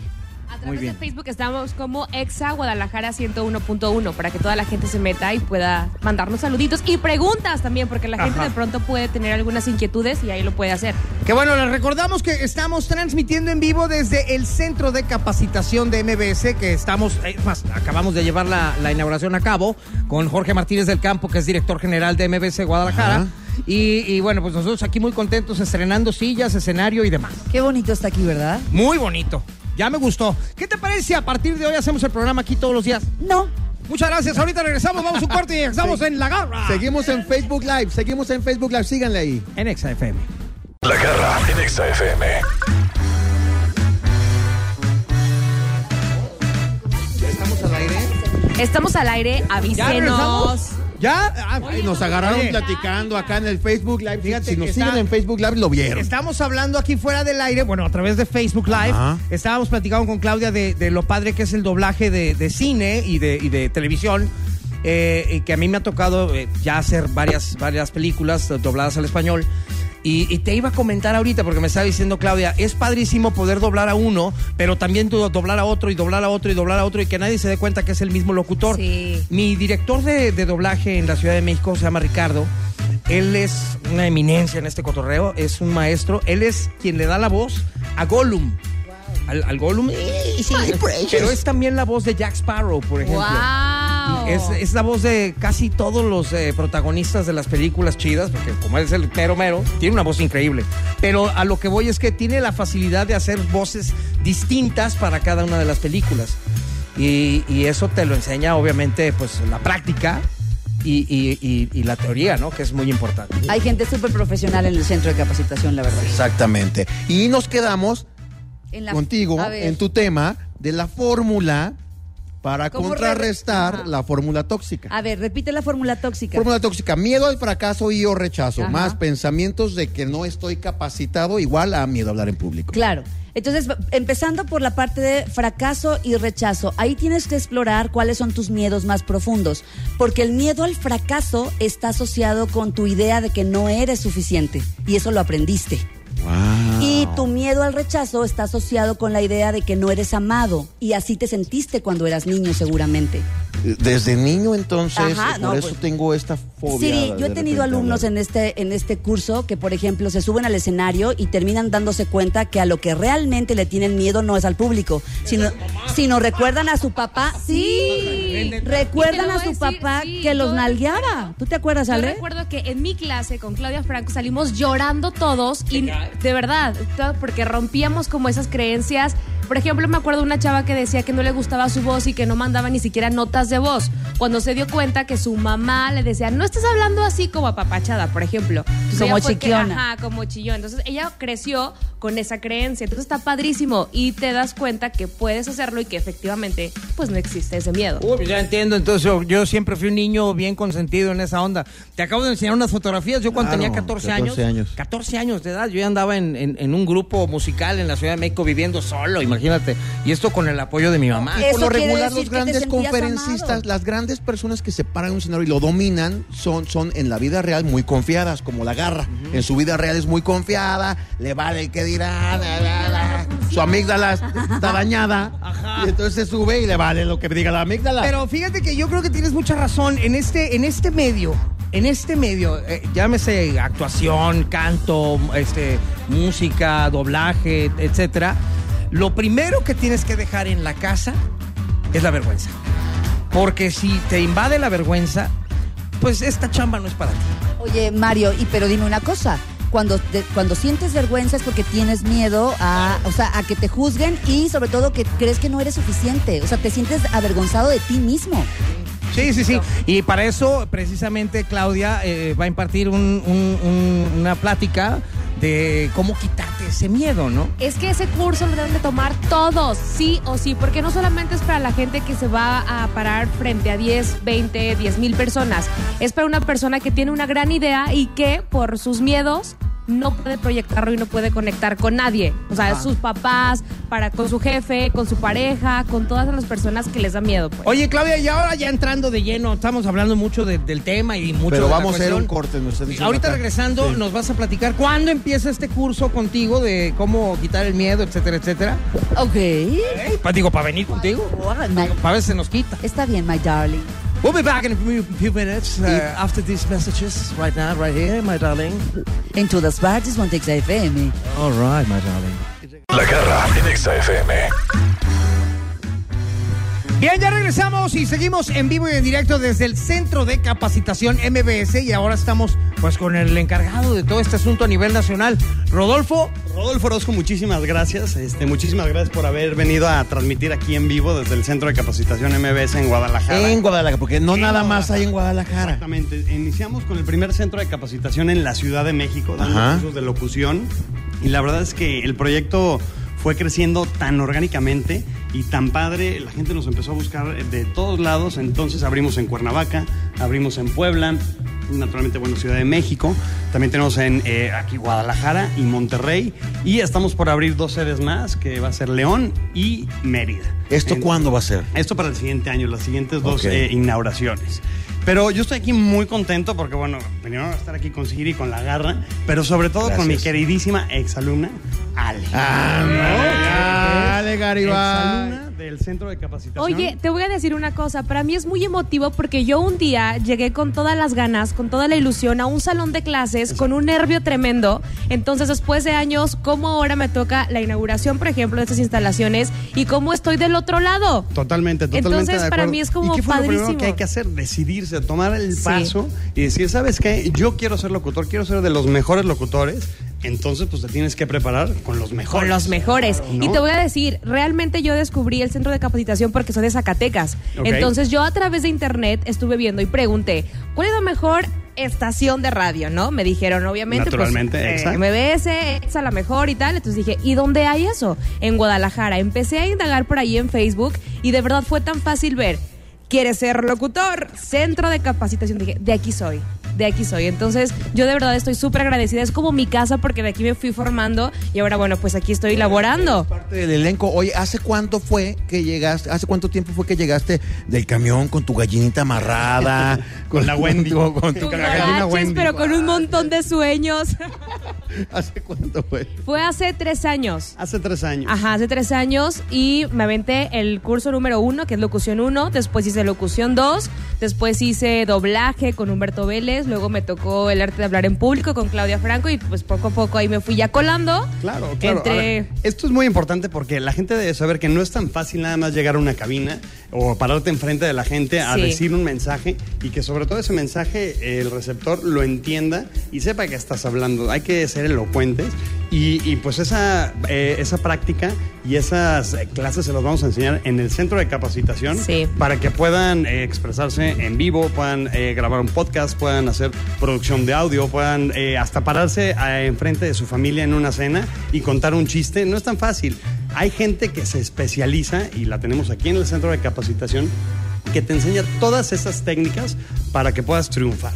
A través de Facebook estamos como Exa Guadalajara 101.1 para que toda la gente se meta y pueda mandarnos saluditos y preguntas también, porque la gente de pronto puede tener algunas inquietudes y ahí lo puede hacer.
Que bueno, les recordamos que estamos transmitiendo en vivo desde el centro de capacitación de MBS, que estamos, eh, es más, acabamos de llevar la, la inauguración a cabo con Jorge Martínez del Campo, que es director general de MBS Guadalajara. Y, y bueno, pues nosotros aquí muy contentos estrenando sillas, escenario y demás.
Qué bonito está aquí, ¿verdad?
Muy bonito. Ya me gustó. ¿Qué te parece si a partir de hoy hacemos el programa aquí todos los días?
No.
Muchas gracias. Ahorita regresamos, vamos a un corte y regresamos en La Garra.
Seguimos en Facebook Live, seguimos en Facebook Live, síganle ahí.
En Exa FM.
La garra en Exa FM.
¿Estamos al aire?
Estamos al aire, avísenos.
¿Ya? Ah,
Oye,
nos
no,
agarraron
oye.
platicando acá en el Facebook Live. Fíjate, si
que
nos
está-
siguen en Facebook Live lo vieron.
Estamos hablando aquí fuera del aire, bueno, a través de Facebook Live.
Ajá.
Estábamos platicando con Claudia de, de lo padre que es el doblaje de, de cine y de, y de televisión. eh, y que a mí me ha tocado eh, ya hacer varias, varias películas eh, dobladas al español. Y, y te iba a comentar ahorita, porque me estaba diciendo Claudia, es padrísimo poder doblar a uno, pero también do- doblar a otro y doblar a otro y doblar a otro y que nadie se dé cuenta que es el mismo locutor.
Sí.
Mi director de, de doblaje en la Ciudad de México se llama Ricardo. Él es una eminencia en este cotorreo, es un maestro. Él es quien le da la voz a Gollum. Al, al Gollum. Pero es también la voz de Jack Sparrow, por ejemplo.
¡Wow!
Es, es la voz de casi todos los eh, protagonistas de las películas chidas, porque como es el mero mero, tiene una voz increíble. Pero a lo que voy es que tiene la facilidad de hacer voces distintas para cada una de las películas. Y, y eso te lo enseña, obviamente, pues la práctica y, y- y- y la teoría, ¿no? Que es muy importante.
Hay gente súper profesional en el centro de capacitación, la verdad.
Exactamente. Y nos quedamos
En la-
contigo
A ver.
en tu tema de la fórmula para
¿Cómo
contrarrestar
re- Ah, Ajá.
la fórmula tóxica.
A ver, repite la fórmula tóxica.
Fórmula tóxica, miedo al fracaso y o rechazo,
Ajá.
más pensamientos de que no estoy capacitado, igual a miedo a hablar en público.
Claro. Entonces, empezando por la parte de fracaso y rechazo, ahí tienes que explorar cuáles son tus miedos más profundos, porque el miedo al fracaso está asociado con tu idea de que no eres suficiente, y eso lo aprendiste. Y
Ah.
tu miedo al rechazo está asociado con la idea de que no eres amado, y así te sentiste cuando eras niño seguramente.
Desde niño entonces,
Ajá,
por
no,
eso
pues-
tengo esta fobia.
Siri,
de
yo he tenido
repente
alumnos
hablar.
en este, en este curso que, por ejemplo, se suben al escenario y terminan dándose cuenta que a lo que realmente le tienen miedo no es al público, sino, sino recuerdan a su papá. Sí,
Y te
recuerdan
lo
a
voy
su
decir,
papá
sí,
que los
yo-
nalgueaba. ¿Tú te acuerdas,
Yo
Ale?
recuerdo que en mi clase con Claudia Franco salimos llorando todos y de verdad, to- porque rompíamos como esas creencias. Por ejemplo, me acuerdo una chava que decía que no le gustaba su voz y que no mandaba ni siquiera notas de voz. Cuando se dio cuenta que su mamá le decía, no estás hablando así como apapachada, por ejemplo. Entonces,
Como
ella fue que,
chiquiona.
ajá, como chillón. Entonces ella creció con esa creencia. Entonces está padrísimo y te das cuenta que puedes hacerlo y que efectivamente pues no existe ese miedo.
Uy, pues ya entiendo, entonces yo, yo siempre fui un niño bien consentido en esa onda. Te acabo de enseñar unas fotografías, yo cuando
Claro,
tenía 14,
14
años,
años.
14 años de edad, yo ya andaba en, en- en un grupo musical en la Ciudad de México viviendo solo, imagínate. Y esto con el apoyo de mi mamá.
Eso
Por lo
quiere
regular,
decir
los
que te
grandes
sentías
conferencistas,
amado.
las grandes personas que se paran en un escenario y lo dominan, son, son en la vida real muy confiadas, como la garra. En su vida real es muy confiada, le vale el que dirá, la, la, la. su amígdala está dañada. Y entonces sube y le vale lo que diga la amígdala.
Pero fíjate que yo creo que tienes mucha razón en este, en este medio. En este medio, eh, llámese actuación, canto, este, música, doblaje, etcétera, lo primero que tienes que dejar en la casa es la vergüenza. Porque si te invade la vergüenza, pues esta chamba no es para ti.
Oye, Mario, y pero dime una cosa. Cuando, te- cuando sientes vergüenza es porque tienes miedo a, o sea, a que te juzguen y sobre todo que crees que no eres suficiente. O sea, te sientes avergonzado de ti mismo.
Sí, sí, sí. Y para eso, precisamente, Claudia eh, va a impartir un- un- un- una plática de cómo quitarte ese miedo, ¿no?
Es que ese curso lo deben de tomar todos, sí o sí, porque no solamente es para la gente que se va a parar frente a 10, 20, 10 mil personas, es para una persona que tiene una gran idea y que por sus miedos no puede proyectarlo y no puede conectar con nadie, o sea, sus papás, para con su jefe, con su pareja, con todas las personas que les da miedo. Pues.
Oye, Claudia, y ahora ya entrando de lleno, estamos hablando mucho de- del tema y mucho
Pero
de la
vamos a hacer
cuestión.
un corte, nos está diciendo
Ahorita
acá.
regresando,
Sí.
nos vas a platicar cuándo empieza este curso contigo de cómo quitar el miedo, etcétera, etcétera.
Ok.
Eh, pa- digo, para venir contigo.
Ahora, my-
Para ver si se nos quita.
Está bien, my darling.
We'll be back in a few, few minutes uh, after these messages right now, right here, my darling.
Into the Spartans, Montex FM.
All right, my darling.
La garra en Exa FM.
Bien, ya regresamos y seguimos en vivo y en directo desde el Centro de Capacitación MBS y ahora estamos pues con el encargado de todo este asunto a nivel nacional, Rodolfo.
Rodolfo Orozco, muchísimas gracias. Este, muchísimas gracias por haber venido a transmitir aquí en vivo desde el Centro de Capacitación MBS en Guadalajara.
En Guadalajara, porque no
En
nada más
Guadalajara.
hay en Guadalajara.
Exactamente. Iniciamos con el primer centro de capacitación en la Ciudad de México, dando
Ajá.
cursos de locución. Y la verdad es que el proyecto fue creciendo tan orgánicamente y tan padre, la gente nos empezó a buscar de todos lados, entonces abrimos en Cuernavaca, abrimos en Puebla, naturalmente, bueno, Ciudad de México, también tenemos en eh, aquí Guadalajara y Monterrey, y estamos por abrir dos sedes más, que va a ser León y Mérida.
¿Esto
Entonces,
cuándo va a ser?
esto para el siguiente año, las siguientes dos
Ok.
eh, inauguraciones. Pero yo estoy aquí muy contento porque, bueno, primero voy a estar aquí con Siri, con la garra, pero sobre todo con mi
Gracias.
queridísima exalumna, Ale.
Ah, Ale Garibay.
Exalumna del Centro de Capacitación.
Oye, te voy a decir una cosa, para mí es muy emotivo porque yo un día llegué con todas las ganas, con toda la ilusión a un salón de clases con un nervio tremendo. Entonces, después de años, cómo ahora me toca la inauguración, por ejemplo, de estas instalaciones y cómo estoy del otro lado.
Totalmente, totalmente.
Entonces,
de
para
acuerdo.
mí es como
¿Y qué fue lo primero
padrísimo.
que hay que hacer? Decidirse, tomar el
Sí.
paso y decir, ¿sabes qué? Yo quiero ser locutor, quiero ser de los mejores locutores. Entonces, pues te tienes que preparar con los mejores.
Con los mejores.
¿No?
Y te voy a decir, realmente yo descubrí el centro de capacitación porque soy de Zacatecas.
Ok.
Entonces yo a través de internet estuve viendo y pregunté, ¿cuál es la mejor estación de radio? ¿No? Me dijeron, obviamente, pues,
Naturalmente,
eh,
Exa.
MBS, Exa la mejor y tal. Entonces dije, ¿y dónde hay eso? En Guadalajara. Empecé a indagar por ahí en Facebook y de verdad fue tan fácil ver. ¿Quieres ser locutor? Centro de capacitación. Dije, de aquí soy, de aquí soy. Entonces, yo de verdad estoy súper agradecida. Es como mi casa porque de aquí me fui formando y ahora, bueno, pues aquí estoy laborando.
Parte del elenco. Oye, ¿hace cuánto fue que llegaste? ¿Hace cuánto tiempo fue que llegaste del camión con tu gallinita amarrada?
Con la Wendy.
Con, con tu
Con
gallina
guaraches,
Wendy.
pero con un montón de sueños.
¿Hace cuánto fue?
Fue hace tres años.
Hace tres años.
Ajá, hace tres años y me aventé el curso número uno, que es locución uno, después hice locución dos, después hice doblaje con Humberto Vélez, luego me tocó el arte de hablar en público con Claudia Franco y pues poco a poco ahí me fui ya colando.
Claro, claro. A
Entre-
ver, esto es muy importante porque la gente debe saber que no es tan fácil nada más llegar a una cabina o pararte enfrente de la gente a
Sí.
decir un mensaje y que sobre todo ese mensaje el receptor lo entienda y sepa que estás hablando. Hay que ser elocuentes y, y, pues esa, eh, esa práctica y esas eh, clases se las vamos a enseñar en el centro de capacitación
Sí.
para que puedan eh, expresarse en vivo, puedan eh, grabar un podcast, puedan hacer producción de audio, puedan eh, hasta pararse eh, enfrente de su familia en una cena y contar un chiste. No es tan fácil. Hay gente que se especializa y la tenemos aquí en el centro de capacitación que te enseña todas esas técnicas para que puedas triunfar.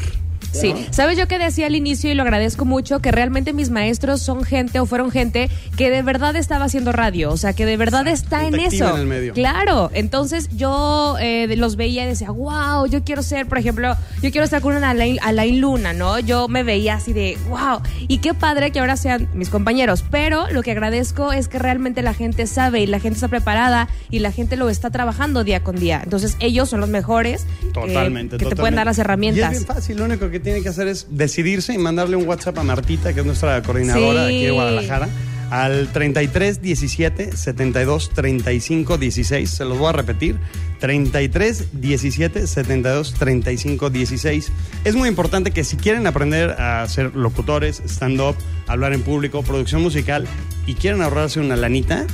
Sí, sabes yo que decía al inicio y lo agradezco mucho que realmente mis maestros son gente o fueron gente que de verdad estaba haciendo radio, o sea, que de verdad está en
gente activa
eso.
en el medio.
Claro, entonces yo eh, de- los veía y decía, wow, yo quiero ser, por ejemplo, yo quiero estar con una Alain, Alain Luna, ¿no? Yo me veía así de, wow, y qué padre que ahora sean mis compañeros, pero lo que agradezco es que realmente la gente sabe y la gente está preparada y la gente lo está trabajando día con día. Entonces ellos son los mejores eh,
Totalmente.
que te
totalmente.
pueden dar las herramientas.
Y es bien fácil, lo único que tiene que hacer es decidirse y mandarle un WhatsApp a Martita, que es nuestra coordinadora
Sí.
aquí de Guadalajara, al 33 17 72 35 16. Se los voy a repetir. 33 17 72 35 16. Es muy importante que si quieren aprender a ser locutores, stand-up, hablar en público, producción musical y quieren ahorrarse una lanita,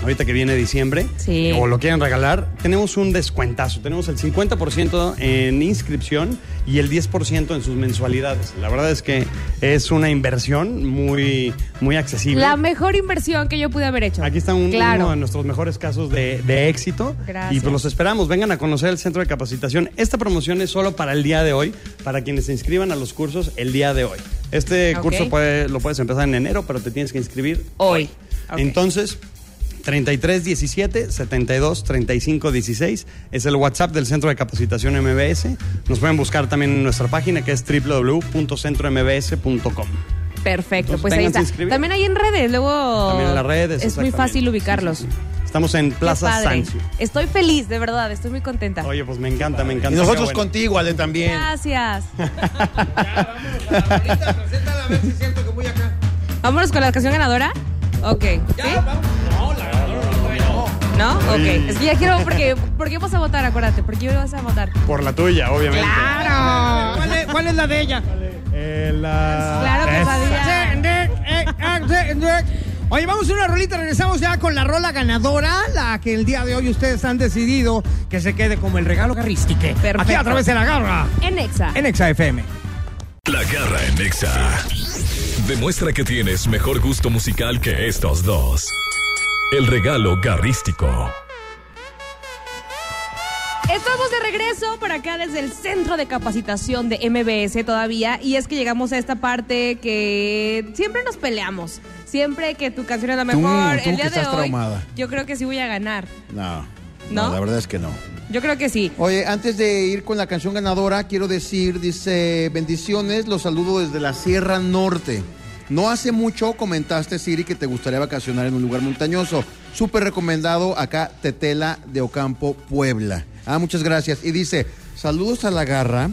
ahorita que viene diciembre,
Sí.
o lo quieren regalar, tenemos un descuentazo. Tenemos el 50% en inscripción y el 10% en sus mensualidades. La verdad es que es una inversión muy, muy accesible.
La mejor inversión que yo pude haber hecho.
Aquí está un-
Claro.
uno de nuestros mejores casos de, de éxito.
Gracias.
Y pues los esperamos. Vengan a conocer el centro de capacitación. Esta promoción es solo para el día de hoy, para quienes se inscriban a los cursos el día de hoy. Este
Ok.
curso puede- lo puedes empezar en enero, pero te tienes que inscribir
Hoy. Ok.
Entonces. 33 17 72 35 16 es el WhatsApp del Centro de Capacitación MBS. Nos pueden buscar también en nuestra página que es www.centrombs.com.
Perfecto,
Entonces,
pues
vénganse
ahí
a
está.
inscribir.
También hay en redes, luego.
También en las redes,
Es muy
exactamente.
fácil ubicarlos.
Sí, sí, sí. Estamos en
Qué
Plaza
padre.
Sancho.
Estoy feliz, de verdad, estoy muy contenta.
Oye, pues me encanta, me encanta.
Y nosotros
Qué bueno.
contigo, Ale, también.
Gracias. Vámonos con la canción ganadora. Ok. ¿sí? No, ok. Es que ya quiero, porque, porque vas a votar, acuérdate, porque ibas a votar.
Por la tuya, obviamente.
¡Claro! ¿Cuál es, cuál es la de ella?
Eh, la-
Claro que
Esa.
sabía.
Oye, vamos a una rolita, regresamos ya con la rola ganadora, la que el día de hoy ustedes han decidido que se quede como el regalo garrístico. Aquí a
Perfecto.
través de la garra,
En Exa.
en Exa FM.
La garra en Exa. Demuestra que tienes mejor gusto musical que estos dos. El regalo garrístico.
Estamos de regreso por acá desde el centro de capacitación de MBS todavía y es que llegamos a esta parte que siempre nos peleamos. Siempre que tu canción es la
Tú,
mejor,
tú que
el día de
estás
hoy,
traumada.
yo creo que sí voy a ganar.
No,
¿No?
no, la verdad es que no.
Yo creo que sí.
Oye, antes de ir con la canción ganadora, quiero decir, dice, bendiciones, los saludo desde la Sierra Norte. No hace mucho comentaste, Siri, que te gustaría vacacionar en un lugar montañoso. Súper recomendado acá, Tetela de Ocampo, Puebla. Ah, muchas gracias. Y dice, saludos a la garra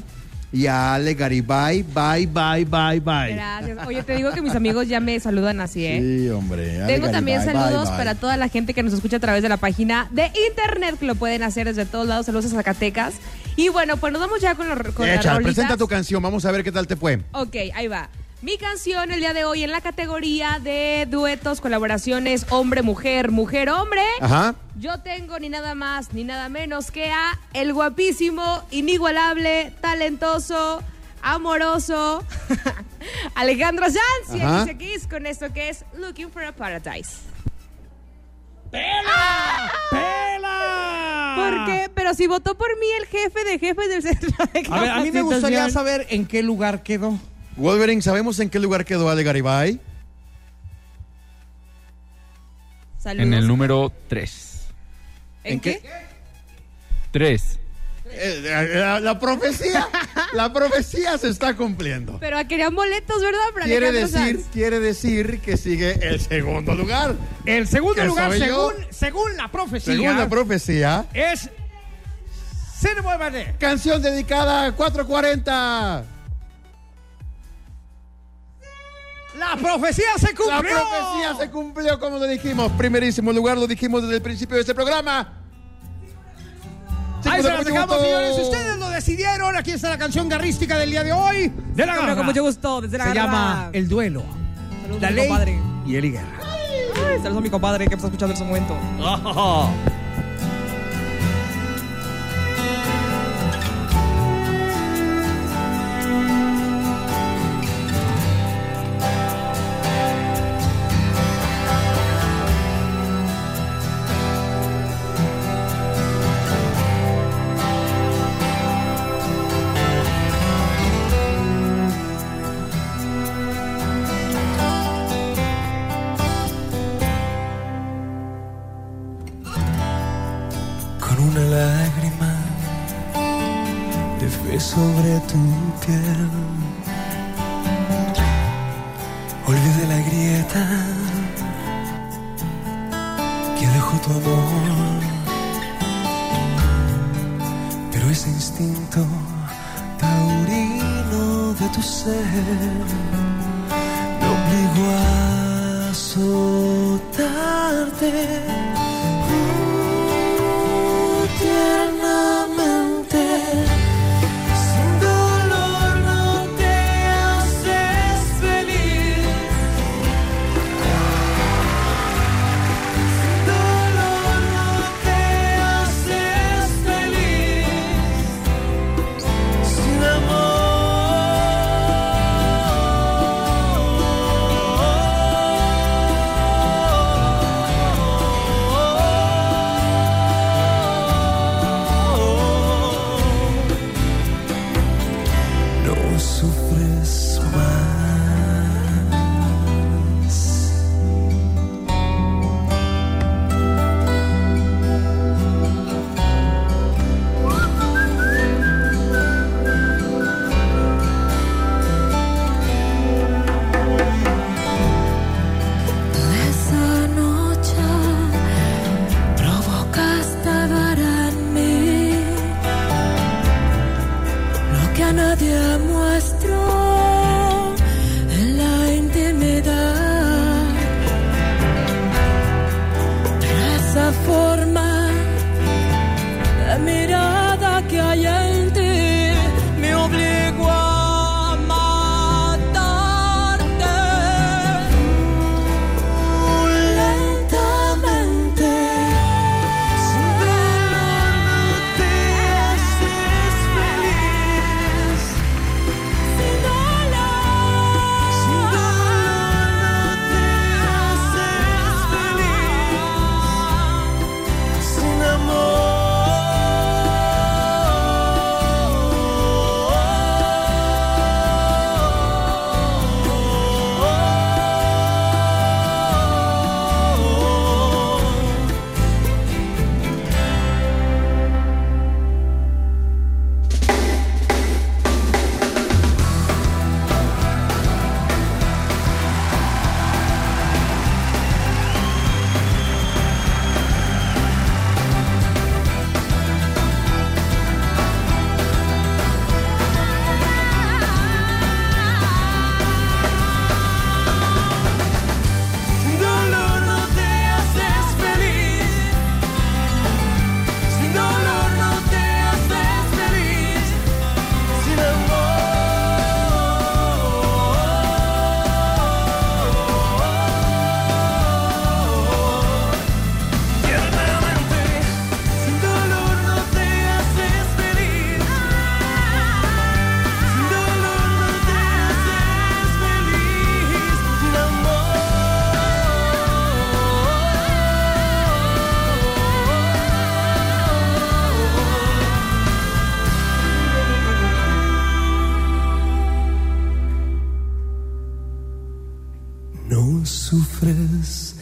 y a Ale Garibay. Bye, bye, bye, bye.
Gracias. Oye, te digo que mis amigos ya me saludan así, ¿eh?
Sí, hombre. Ale
Tengo también
Garibay, bye,
saludos
bye.
para toda la gente que nos escucha a través de la página de internet, que lo pueden hacer desde todos lados. Saludos a Zacatecas. Y bueno, pues nos vamos ya con, los con las
Échale,
rolitas.
presenta tu canción, vamos a ver qué tal te fue.
Ok, ahí va. Mi canción el día de hoy en la categoría de duetos, colaboraciones, hombre-mujer, mujer-hombre.
Ajá.
Yo tengo ni nada más ni nada menos que a el guapísimo, inigualable, talentoso, amoroso Alejandro Sanz. Y
Ajá.
él dice Kiss con esto que es Looking for a Paradise. ¡Ah!
¡Pela!
¿Por qué? Pero si votó por mí el jefe de jefes del centro de
A ver, a mí me
capacitación.
gustaría saber en qué lugar quedó.
Wolverine, ¿sabemos en qué lugar quedó Ale Garibay?
Saludos.
En el número 3.
¿En
¿En
qué?
qué?
3.
Eh, La, la profecía, la profecía se está cumpliendo.
Pero querían boletos, ¿verdad? Para
Quiere
Alejandro
decir,
Sanz.
quiere decir que sigue el segundo lugar.
El segundo
¿Qué
lugar,
sabe yo?
según, según la profecía,
Según la profecía,
es... Se mueve
canción dedicada a 440.
La profecía se cumplió.
La profecía se cumplió como lo dijimos. Primerísimo lugar, lo dijimos desde el principio de este programa.
Ahí se las dejamos,
50%.
señores. Ustedes lo decidieron. Aquí está la canción garrística del día de hoy. De la garra.
Con mucho gusto, desde la
Se
garra.
llama El Duelo.
Saludos
La
a mi
ley
compadre.
y el Higuera.
Ay, Saludos a mi compadre que me está escuchando en ese momento.
con una lágrima de fe sobre tu piel. Olvide la grieta que dejó tu amor, pero ese instinto taurino de tu ser me obligó a azotarte tiernamente sin dolor no te haces feliz sin dolor forma, la mirada que hay en ti me obligó a matarte. Tú lentamente, sin dolor no te haces feliz. Sin dolor, sin dolor no te haces feliz. Sin amor. Oh, Sin dolor no te haces feliz. Sin dolor no te haces feliz. Sin amor. Tiernamente. Sin dolor no te haces feliz. Sin dolor no te haces feliz. Sin amor.
No sufres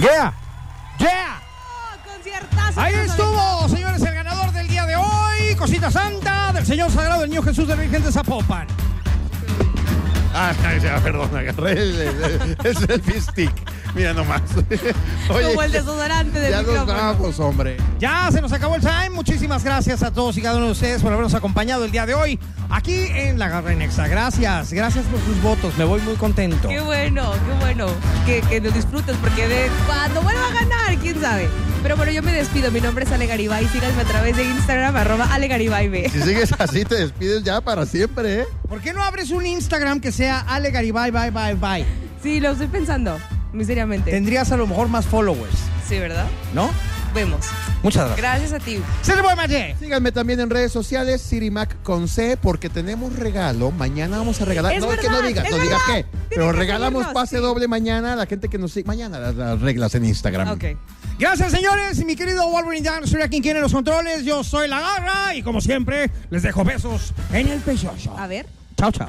Yeah. Yeah.
¡Oh, Conciertazo.
Ahí estuvo, señores, el ganador del día de hoy, Cosita Santa, del Señor Sagrado, del Niño Jesús de la Virgen de Zapopan.
Ah, ya, perdón, agarré el, el, el selfie stick. Mira nomás.
Como el desodorante del
ya nos
micrófono.
vamos, hombre.
Ya se nos acabó el time. Muchísimas gracias a todos y cada uno de ustedes por habernos acompañado el día de hoy aquí en La Garra Nexa. Gracias, gracias por sus votos. Me voy muy contento.
Qué bueno, qué bueno. Que, que lo disfrutes porque de cuando vuelva a ganar, quién sabe. Pero bueno, yo me despido. Mi nombre es Ale Garibay. Síganme a través de Instagram, arroba Ale Garibay B.
Si sigues así, te despides ya para siempre, ¿eh?
¿Por qué no abres un Instagram que sea Ale Garibay, bye, bye, bye?
Sí, lo estoy pensando, muy seriamente.
Tendrías a lo mejor más followers,
Sí, ¿verdad?
¿no?
Vemos.
Muchas gracias.
Gracias a ti.
¡Se le fue, Maye!
Síganme también en redes sociales, Sirimac con C, porque tenemos regalo. Mañana vamos a regalar.
Es
no,
verdad,
que no digas,
es
no digas
verdad.
qué. Pero
que
regalamos
seguirnos,
pase doble mañana a la gente que nos sigue. Mañana las, las reglas en Instagram.
Ok.
Gracias, señores. Mi querido Wolverine Dan, soy a quien tiene los controles. Yo soy La Garra y como siempre, les dejo besos en el pecho.
A ver.
Chao, chao.